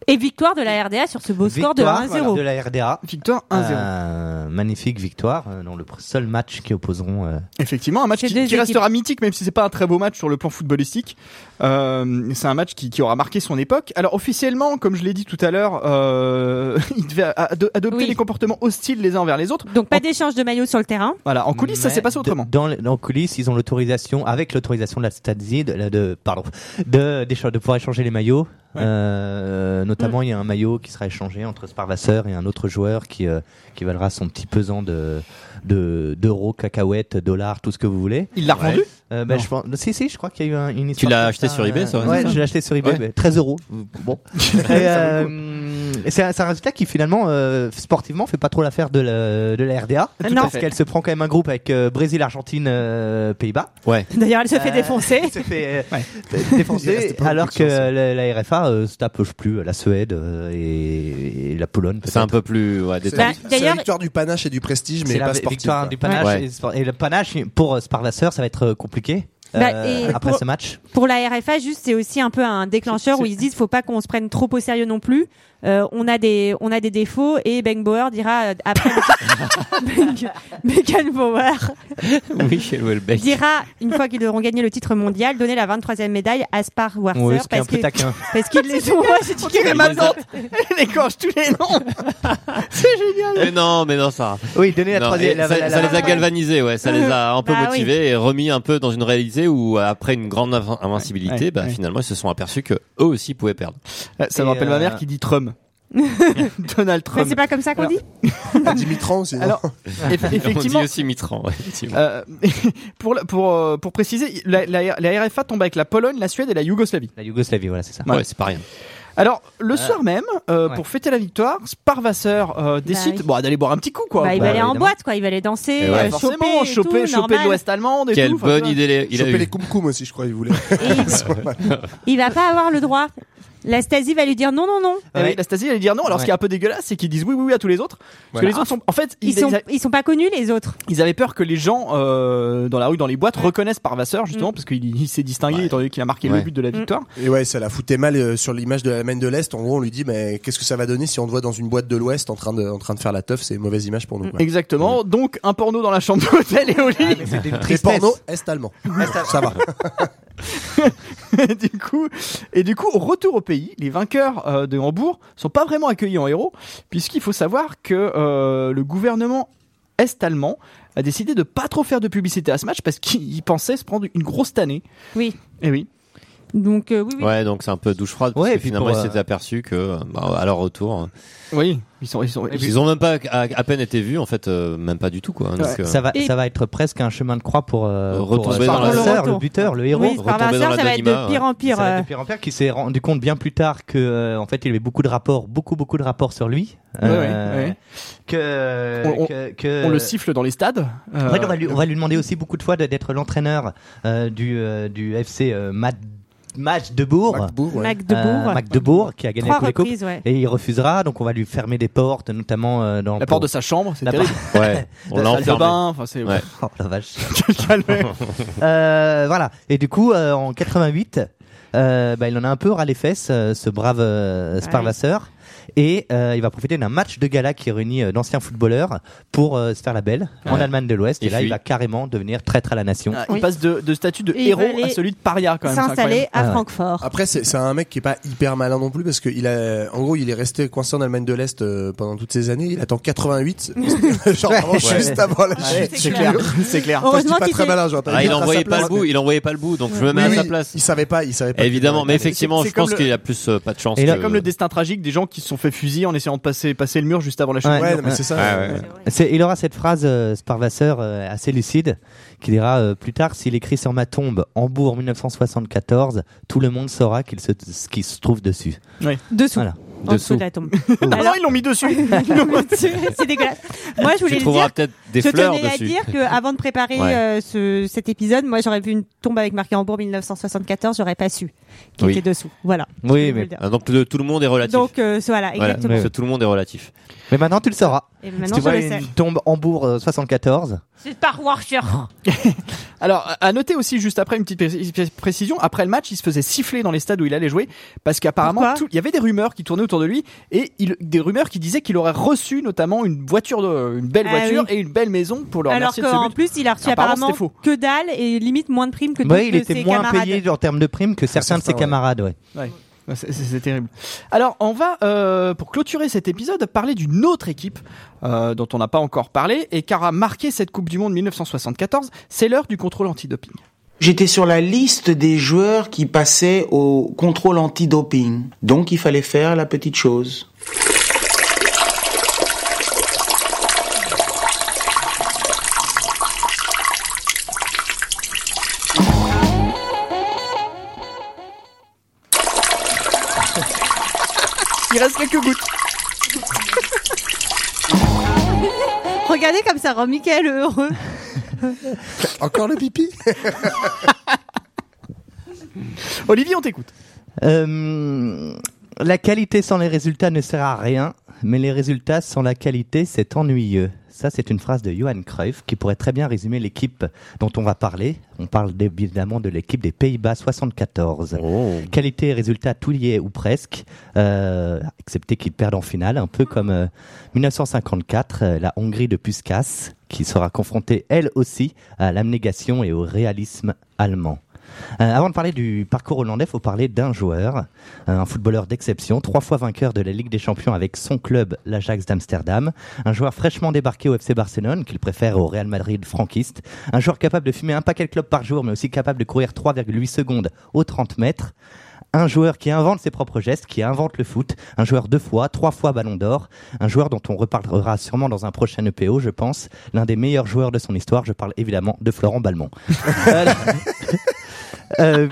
Et victoire de la RDA sur ce beau score de Victoire, 1-0. voilà, de la RDA. Victoire 1-0. Euh, magnifique victoire euh, dans le pr- seul match qui opposeront. euh, Effectivement, un match Chez qui, deux qui équipes. restera mythique, même si c'est pas un très beau match sur le plan footballistique. Euh, c'est un match qui, qui aura marqué son époque. Alors officiellement, comme je l'ai dit tout à l'heure, euh, il devait a- ado- adopter Oui. des comportements hostiles les uns envers les autres. Donc, pas d'échange de maillots sur le terrain. Voilà, en coulisses, ça mais s'est passé de- autrement. Dans, les- dans coulisses, ils ont l'autorisation, avec l'autorisation de la Stasi, de, de- pardon, de, d'écha- de pouvoir échanger les maillots. Euh, notamment, il y a un maillot qui sera échangé entre Sparvasseur et un autre joueur qui, euh, qui valera son petit pesant de, de, d'euros, cacahuètes, dollars, tout ce que vous voulez. Il l'a revendu Euh, ben, Non. je pense, si, si, je crois qu'il y a eu un- une histoire. l'as comme acheté Ah, sur eBay, ça, ouais, Ouais, c'est ça je l'ai acheté sur eBay, Ouais. mais 13 euros. Bon. Et, euh, et c'est un, c'est un résultat qui finalement, euh, sportivement, fait pas trop l'affaire de la, de la RDA. Tout à Ah, Non. Parce fait. qu'elle se prend quand même un groupe avec euh, Brésil, Argentine, euh, Pays-Bas. Ouais. D'ailleurs, elle se fait Euh, défoncer. Elle se fait euh, Ouais. fait Il reste défoncer, pas alors beaucoup que de chance, hein. la, la RFA euh, se tape, je sais plus, la Suède euh, et, et la Pologne. C'est un peu plus ouais, C'est détendu. la, Bah, c'est la d'ailleurs- victoire du panache et du prestige, mais C'est la pas vi- sportif. victoire quoi. du panache Ouais. et, sport- et le panache pour euh, Sparvasseur, ça va être euh, compliqué euh, Bah, et après pour- ce match. Pour la RFA, juste, c'est aussi un peu un déclencheur où ils se disent, faut pas qu'on se prenne trop au sérieux non plus. Euh, on a des, on a des défauts et Ben Bauer dira euh, après. Beckenbauer Michel Houellebecq. dira une fois qu'ils auront gagné le titre mondial, donner la 23e médaille à Spar Warser Ouais, ce qui est un parce peu que taquin. parce qu'ils les ont. Moi, j'ai dit Il est Il les a- maintenant, elle écorche tous les noms. c'est génial. Mais non, mais non, ça. Oui, donner la Non, et troisième. la- ça, la- ça la- les a galvanisés, ouais. Ça les a un peu Bah oui. motivés et remis un peu dans une réalité où, euh, après une grande invin- invincibilité, Ouais, bah, ouais. finalement, ils se sont aperçus que eux aussi pouvaient perdre. Euh, Ça me Et, rappelle ma mère euh, qui dit Trump. Donald Mais c'est Trump. pas comme ça qu'on dit. Dimitran aussi. non Alors, eff- On dit effectivement, aussi Mitran, ouais, effectivement. euh, pour, la- pour, euh, pour préciser, la, la- la RFA tombe avec la Pologne, la Suède et la Yougoslavie. La Yougoslavie, voilà, c'est ça. Ouais, c'est pas rien. Alors, le soir même, euh, ouais. pour fêter la victoire, Sparvasseur euh, décide Bah oui. bon, d'aller boire un petit coup, quoi. Bah, il va Bah, aller en évidemment. boîte, quoi. Il va aller danser, Et ouais. Ouais, euh, forcément, choper, et choper, choper tout, de normal. l'ouest allemande et Quelle tout. enfin, bonne hein, tu vois. idée il a Choper eu. les koum aussi, je crois, il Et voulait. il- il va pas avoir le droit. La Stasi va lui dire non, non, non. Eh oui, Ah Ouais. la Stasi allait dire non. Alors, ce qui est un peu dégueulasse, c'est qu'ils disent oui, oui, oui à tous les autres. Parce que Voilà. les autres sont. En fait, Ils ils, sont, ils a- ils sont pas connus les autres. ils avaient peur que les gens euh, dans la rue, dans les boîtes, reconnaissent Parvasseur, justement, parce qu'il il s'est distingué, étant donné qu'il a marqué le Ouais. but de la victoire. Et ouais, ça la foutait mal euh, sur l'image de l'Allemagne de l'Est. En gros, on lui dit, mais qu'est-ce que ça va donner si on te voit dans une boîte de l'Ouest en train de, en train de faire la teuf C'est une mauvaise image pour nous. quoi. Exactement. Oh, Donc, un porno dans la chambre d'hôtel et au lit. Ah, mais c'était une Les tristesse. pornos est-allemands. ça va. Et du coup, et du coup, au retour au pays, les vainqueurs euh, de Hambourg sont pas vraiment accueillis en héros, puisqu'il faut savoir que euh, le gouvernement est-allemand a décidé de pas trop faire de publicité à ce match parce qu'il pensait se prendre une grosse tannée. Oui. Et oui. Donc euh, oui, oui. Ouais, donc c'est un peu douche froide. Ouais, parce et que puis finalement, pour, ils euh, s'étaient aperçus que, euh, bah, à leur retour, euh, Oui. Ils sont, ils sont, ils- ils ont même pas à, à peine été vus, en fait, euh, même pas du tout, quoi. hein, donc, euh, Ça va, Et- ça va être presque un chemin de croix pour, euh, pour Retomber euh, dans la- Sparwasser, Pour le le buteur, le héros. Oui, par retomber dans hasard, ça va être de l'anonymat, pire en pire. Ça va euh. être de pire en pire, qui s'est rendu compte bien plus tard que, euh, en fait, il y avait beaucoup de rapports, beaucoup, beaucoup de rapports sur lui. Euh, Ouais, ouais, ouais. Que, On- on- que- que- on le siffle dans les stades. Euh, Ouais, on, va lui, on va lui demander aussi beaucoup de fois de- d'être l'entraîneur euh, du, euh, du FC euh, Mad- Max de Bourg. Magdebourg, ouais. Mac de Bourg. Euh, Mac de Bourg, qui a gagné Trois la Coupe des reprises, Coupes. ouais. Et il refusera, donc on va lui fermer des portes, notamment euh, dans La porte de sa chambre, c'est La terrible. Ouais, on La l'a salle de enfermé. bain, enfin c'est. Ouais. Oh la vache. Calme. Euh, voilà. Et du coup, euh, en 88, euh, bah, il en a un peu ras les fesses, euh, ce brave euh, Sparvasseur. Et euh, il va profiter d'un match de gala qui réunit euh, d'anciens footballeurs pour euh, se faire la belle en Ouais. Allemagne de l'Ouest. Et Il là, il fuit. va carrément devenir traître à la nation. Ah, Oui. Il passe de, de statut de Et il héros va aller à celui de paria quand même. c'est S'installer Ah à ouais. Francfort. Après, c'est c'est un mec qui est pas hyper malin non plus parce que il a, en gros, il est resté coincé en Allemagne de l'Est euh, pendant toutes ces années. Il attend 88, genre vraiment Ouais. juste avant la incroyable. chute. Ouais, c'est Ah, c'est clair. clair. C'est clair. Enfin, je dis Heureusement pas qu'il très était- malin, j'aurais pas Ah, dû il dire à sa envoyait pas place, le bout, mais- il envoyait pas le bout, donc je me mets Oui, à sa oui, place. Il savait pas, il savait pas. Évidemment, mais C'est- effectivement, c'est je pense comme le- qu'il a plus euh, pas de chance. Et là, que- Comme le destin tragique des gens qui se sont fait fusiller en essayant de passer, passer le mur juste avant la chute. Ouais. Ouais, non, mais c'est ça. Ah, ouais. ouais. C'est- il aura cette phrase, euh, Sparvasseur, euh, assez lucide, qui dira euh, plus tard s'il écrit sur ma tombe Hambourg 1974, tout le monde saura qu'il se, ce qui se trouve dessus. Dessous. Voilà. En dessous Dessous. de la tombe. Ah non, ils l'ont mis dessus. Ils l'ont mis dessus. c'est dégueulasse. Moi, je voulais Tu le dire. trouveras peut-être des je fleurs tenais dessus. à dire que avant de préparer Ouais. euh, ce, cet épisode, moi j'aurais vu une tombe avec marqué Hambourg 1974, j'aurais pas su qui Oui. était dessous. Voilà. Oui, Je voulais mais- le dire. Ah, Donc le- tout le monde est relatif. donc euh, voilà, Voilà, exactement. parce que tout le monde est relatif. Mais maintenant, tu le sauras. Et Si maintenant tu je vois le une sais. tombe Hambourg euh, 74, C'est Star Wars. Oh, Alors, à- à noter aussi, juste après, une petite pré- pré- précision. Après le match, il se faisait siffler dans les stades où il allait jouer. Parce qu'apparemment, Pourquoi tout- il y avait des rumeurs qui tournaient autour de lui. Et il- des rumeurs qui disaient qu'il aurait reçu notamment une voiture, de, une belle Ah voiture oui. et une belle maison pour leur Alors remercier de ce qu'en but. plus, il a reçu Apparemment, apparemment, c'était faux. que dalle et limite moins de primes que Bah, d'autres il de était ses moins camarades. payé en termes de primes que certains de ses ça, ouais. camarades. Ouais. Ouais, C'est c'est- c'est terrible. Alors, on va, euh, pour clôturer cet épisode, parler d'une autre équipe euh, dont on n'a pas encore parlé et qui aura marqué cette Coupe du Monde 1974. C'est l'heure du contrôle antidoping. J'étais sur la liste des joueurs qui passaient au contrôle antidoping. Donc il fallait faire la petite chose. Il reste quelques gouttes. Regardez comme ça rend Michael heureux. Encore le pipi Olivier, on t'écoute. Euh, la qualité sans les résultats ne sert à rien, mais les résultats sans la qualité, c'est ennuyeux. Ça, c'est une phrase de Johan Cruyff qui pourrait très bien résumer l'équipe dont on va parler. On parle évidemment de l'équipe des Pays-Bas 74. Qualité et résultats, tout lié ou presque, euh, excepté qu'ils perdent en finale, un peu comme euh, 1954, euh, la Hongrie de Puskas, qui sera confrontée elle aussi à l'abnégation et au réalisme allemand. Euh, avant de parler du parcours hollandais, faut parler d'un joueur, euh, un footballeur d'exception, trois fois vainqueur de la Ligue des Champions avec son club, l'Ajax d'Amsterdam, un joueur fraîchement débarqué au FC Barcelone, qu'il préfère au Real Madrid franquiste, un joueur capable de fumer un paquet de clopes par jour, mais aussi capable de courir 3,8 secondes aux 30 mètres, un joueur qui invente ses propres gestes, qui invente le foot, un joueur deux fois, trois fois ballon d'or, un joueur dont on reparlera sûrement dans un prochain EPO, je pense, l'un des meilleurs joueurs de son histoire, je parle évidemment de Florent Balmont. Voilà. Euh,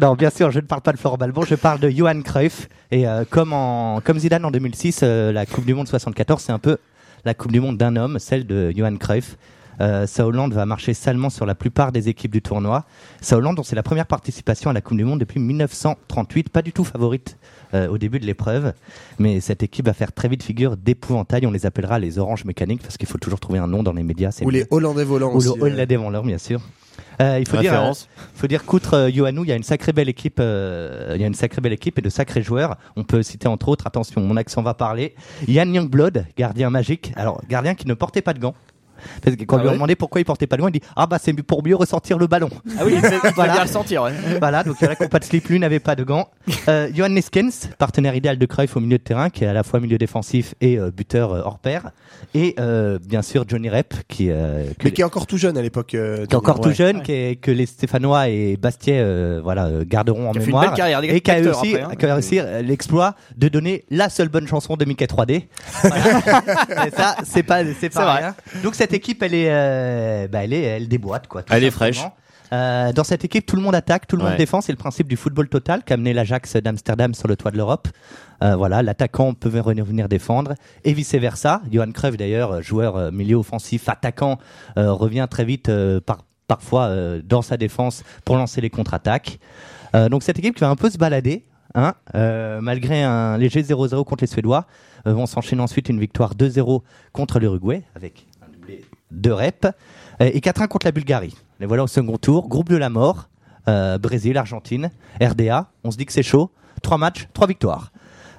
non, bien sûr, je ne parle pas de Florent Balbon, je parle de Johan Cruyff. Et euh, comme, en, comme Zidane en 2006, euh, la Coupe du Monde 74, c'est un peu la Coupe du Monde d'un homme, celle de Johan Cruyff. Euh, sa Hollande va marcher salement sur la plupart des équipes du tournoi. Sa Hollande, dont c'est la première participation à la Coupe du Monde depuis 1938, pas du tout favorite euh, au début de l'épreuve, mais cette équipe va faire très vite figure d'épouvantail. On les appellera les Oranges Mécaniques parce qu'il faut toujours trouver un nom dans les médias. c'est Ou mieux. les Hollandais volants Ou le aussi. euh. ouais. Hollandais devant l'heure, bien sûr. Euh, il faut dire, euh, Référence. faut dire qu'outre euh, Ioannou, il y a une sacrée belle équipe, euh, il y a une sacrée belle équipe et de sacrés joueurs. On peut citer entre autres, attention, mon accent va parler, Yann Youngblood, gardien magique. Alors gardien qui ne portait pas de gants. Parce que quand on Ah lui a ouais demandé pourquoi il portait pas de gants, il dit ah bah c'est pour mieux ressentir le ballon. Ah oui, il Voilà. bien le sentir. ouais. Voilà, donc la compas de slip, lui, n'avait pas de gants. Euh, Johan Neskens, partenaire idéal de Cruyff au milieu de terrain, qui est à la fois milieu défensif et euh, buteur euh, hors pair. Et euh, bien sûr Johnny Rep, qui, euh, que- Mais qui est encore tout jeune à l'époque. euh, qui est encore ouais. tout jeune, qui est- que les Stéphanois et Bastiais euh, voilà, euh, garderont en Qui a fait une mémoire. belle carrière et qui a d'acteur réussi, après, hein. qui a réussi, euh, l'exploit de donner la seule bonne chanson de Mickey 3D. Voilà. Et ça, c'est pas, c'est pas vrai. rien. Donc cette équipe, elle est, euh, bah, elle est, elle déboîte quoi. tout Elle est simplement. fraîche. Euh, dans cette équipe, tout le monde attaque, tout le monde Ouais. défend. C'est le principe du football total qu'a amené l'Ajax d'Amsterdam sur le toit de l'Europe. Euh, voilà, l'attaquant peut venir, venir défendre et vice versa. Johan Cruyff d'ailleurs, joueur euh, milieu offensif, attaquant, euh, revient très vite euh, par, parfois euh, dans sa défense pour lancer les contre-attaques. Euh, donc cette équipe qui va un peu se balader. hein, euh, malgré un léger 0-0 contre les Suédois, euh, vont s'enchaîner ensuite une victoire 2-0 contre l'Uruguay avec un doublé de rep euh, et 4-1 contre la Bulgarie. Les voilà au second tour, groupe de la mort, euh, Brésil, Argentine, RDA. On se dit que c'est chaud. Trois matchs, trois victoires.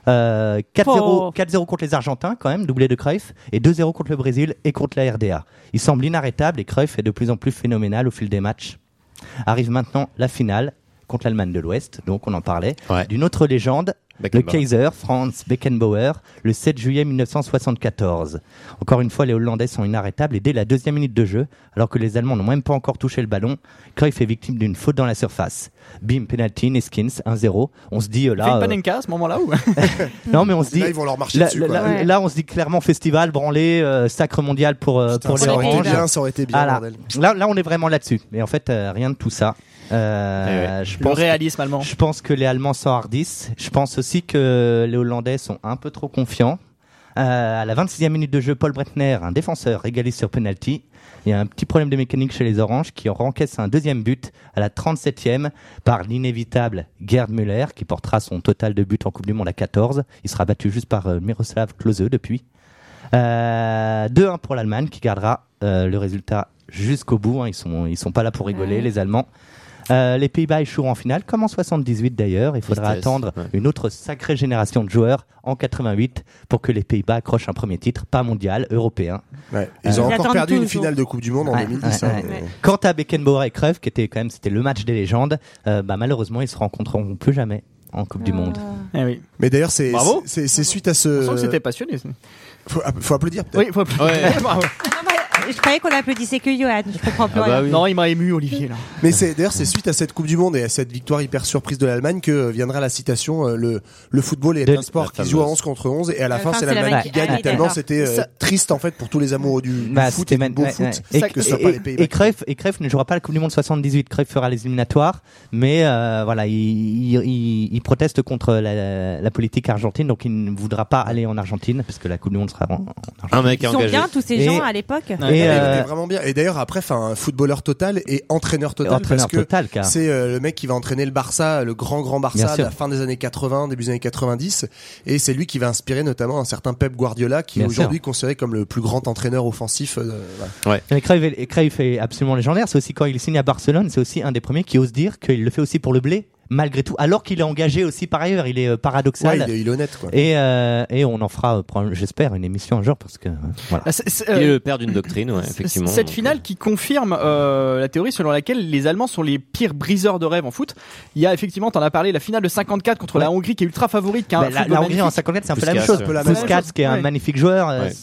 Euh, 4-0 Oh. 4-0 contre les Argentins quand même, doublé de Cruyff, et 2-0 contre le Brésil et contre la RDA. Il semble inarrêtable et Cruyff est de plus en plus phénoménal au fil des matchs. Arrive maintenant la finale contre l'Allemagne de l'Ouest, donc on en parlait, d'une autre légende, le Beckenbauer. Kaiser Franz Beckenbauer, le 7 juillet 1974. Encore une fois, les Hollandais sont inarrêtables et dès la deuxième minute de jeu, alors que les Allemands n'ont même pas encore touché le ballon, Cruyff est victime d'une faute dans la surface. Bim, penalty, Neskins, 1-0. On se dit euh, fait une là... euh, panenka à ce moment-là ou non, mais on se dit. Là, ils vont leur marcher là, dessus, là- quoi. là- Ouais. là, on se dit clairement festival, branlé, euh, sacre mondial pour, euh, pour ça les aurait été Oranges. bien, ça aurait été bien, Voilà. bordel. Là, là, on est vraiment là-dessus. Mais en fait, euh, rien de tout ça. Euh, je Eh Le pense que- réalisme allemand. Je pense que les Allemands s'enhardissent. Je pense aussi que les Hollandais sont un peu trop confiants. Euh, à la 26e minute de jeu, Paul Breitner, un défenseur, égalise sur penalty. Il y a un petit problème de mécanique chez les Oranges qui encaisse un deuxième but à la 37e par l'inévitable Gerd Müller qui portera son total de buts en Coupe du Monde à 14. Il sera battu juste par euh, Miroslav Klose depuis. Euh, 2-1 pour l'Allemagne qui gardera euh, le résultat jusqu'au bout. hein. Ils sont ils sont pas là pour rigoler les Allemands. Euh, les Pays-Bas échoueront en finale, comme en 78 d'ailleurs. Il faudra Tristesse, attendre une autre sacrée génération de joueurs en 88 pour que les Pays-Bas accrochent un premier titre, pas mondial, européen. Ils ont Euh, encore perdu une toujours. finale de Coupe du Monde en Ouais, 2010. ouais, hein, ouais. mais- Quant à Beckenbauer et Cruyff, qui était quand même c'était le match des légendes, euh, bah, malheureusement ils se rencontreront plus jamais en Coupe du Monde. Ah. Mais d'ailleurs, c'est Bravo. c'est- c'est suite à ce. On sent que c'était passionné. ça. Faut, app- faut applaudir. peut-être. Oui, faut applaudir. Bravo. Ah bah, Je croyais qu'on applaudissait que Johan, je Ah comprends bah plus. rien. Non, il m'a ému, Olivier. Là. Mais c'est d'ailleurs c'est suite à cette Coupe du Monde et à cette victoire hyper surprise de l'Allemagne que euh, viendra la citation euh, le le football est De- un sport la qui se joue à fameuse. 11 contre 11 et à la À la fin fin, c'est c'est l'Allemagne qui l'Allemagne qui- gagne Ah, tellement d'accord. c'était euh, Ça- triste en fait pour tous les amoureux du, du Bah, foot c'était et du man- beau ouais, foot ouais. et Et- que ce soit pas et- les et- Pays-Bas. et Cruyff, et Cruyff ne jouera pas la Coupe du Monde 78. Cruyff fera les éliminatoires, mais euh, voilà, il, il- il- il proteste contre la, la politique argentine, donc il ne voudra pas aller en Argentine parce que la Coupe du Monde sera en, en Argentine. Un mec Ils sont bien tous ces Et- gens à l'époque. Et, Et, euh, vraiment bien. Et d'ailleurs, après, enfin, footballeur total et entraîneur total, Entraîneur parce que total, car- c'est euh, le mec qui va entraîner le Barça, le grand grand Ah. Bien Barça de sûr. la fin des années 80, début des années 90, et c'est lui qui va inspirer notamment un certain Pep Guardiola, qui Bien est aujourd'hui sûr. considéré comme le plus grand entraîneur offensif. euh, voilà. Mais Cruyff, est- Cruyff est absolument légendaire. C'est aussi quand il signe à Barcelone, c'est aussi un des premiers qui ose dire qu'il le fait aussi pour le blé, malgré tout. Alors qu'il est engagé aussi par ailleurs, il est euh, paradoxal. Ouais, il est- il est honnête, quoi. Et, euh, et on en fera, euh, probablement, j'espère, une émission un jour parce que euh, voilà. Ah, c'est- c'est, Il euh, est le père d'une doctrine, ouais, effectivement. Cette finale qui confirme euh, la théorie selon laquelle les Allemands sont les pires briseurs de rêves en foot. Il y a effectivement, t'en as parlé, la finale de 54 contre la Hongrie qui est ultra favorite. Qui a un Bah, la, football la Hongrie en magnifique. 54, c'est un peu la même Puskas, chose. ouais. Un peu la même Puskas, chose. qui est un Ouais. magnifique joueur. euh, Ouais.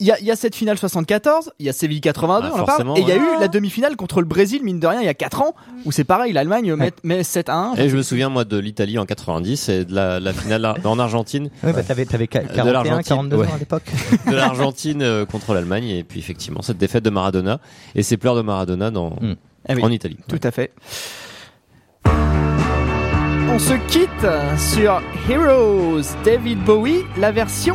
Il y, a, il y a cette finale 74, il y a Séville 82, Ah, on en parle, forcément, et il y a ouais. eu la demi-finale contre le Brésil, mine de rien, il y a 4 ans, où c'est pareil, l'Allemagne met, met 7 à 1. Et je me souviens, moi, de l'Italie en 90 et de la, la finale ar- en Argentine. Ouais, bah, t'avais, t'avais Euh, qua- De 41, l'Argentine, 42 ouais. ans à l'époque. De l'Argentine euh, contre l'Allemagne. Et puis, effectivement, cette défaite de Maradona et ses pleurs de Maradona dans, Ah oui. en Italie. Tout à fait. On se quitte sur Heroes David Bowie, la version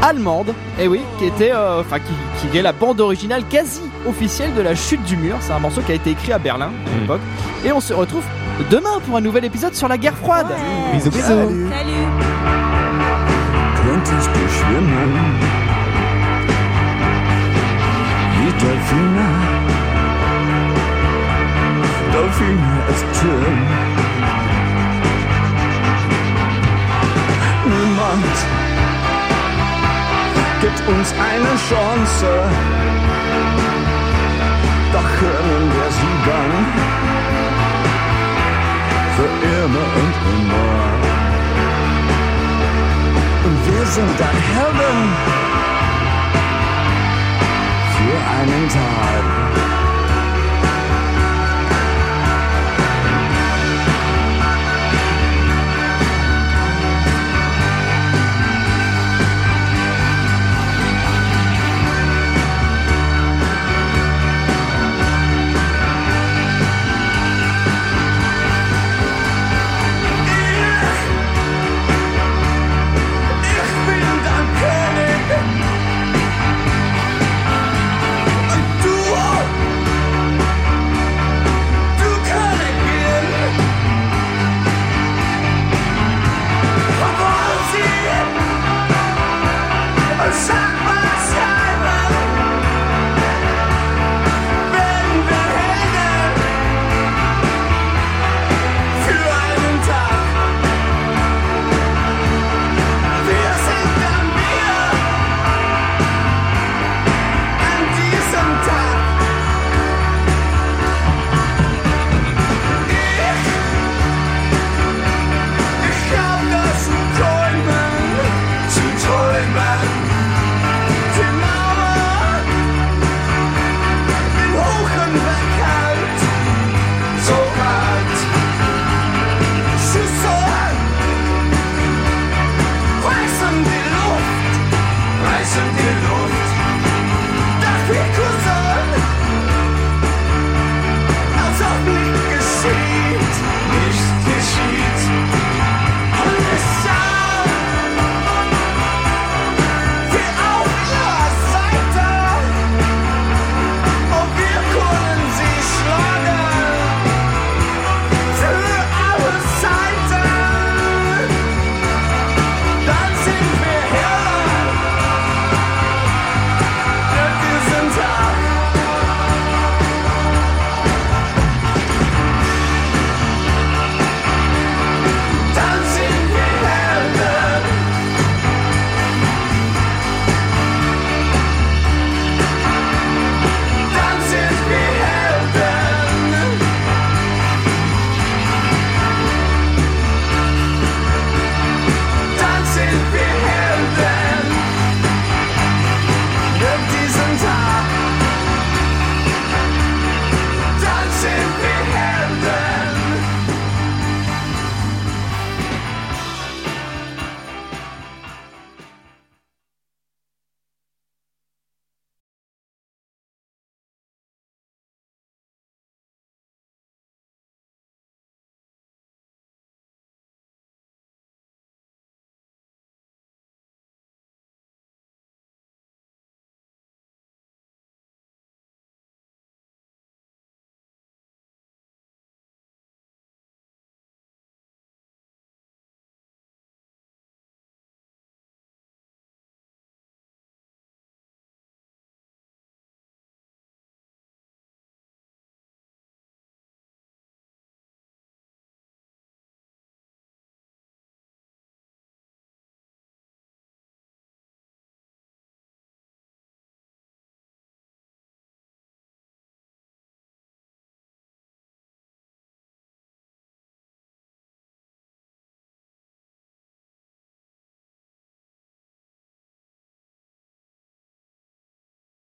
allemande, et oui, qui était, euh, enfin, qui, qui est la bande originale quasi officielle de la chute du mur. C'est un morceau qui a été écrit à Berlin à l'époque. Et on se retrouve demain pour un nouvel épisode sur la guerre froide. Bisous, bisous. Salut. könntest du schwimmen wie Delfine. Delfine ist schön. Niemand gibt uns eine Chance, doch können wir sie dann für immer und immer. Und wir sind dann Helden für einen Tag.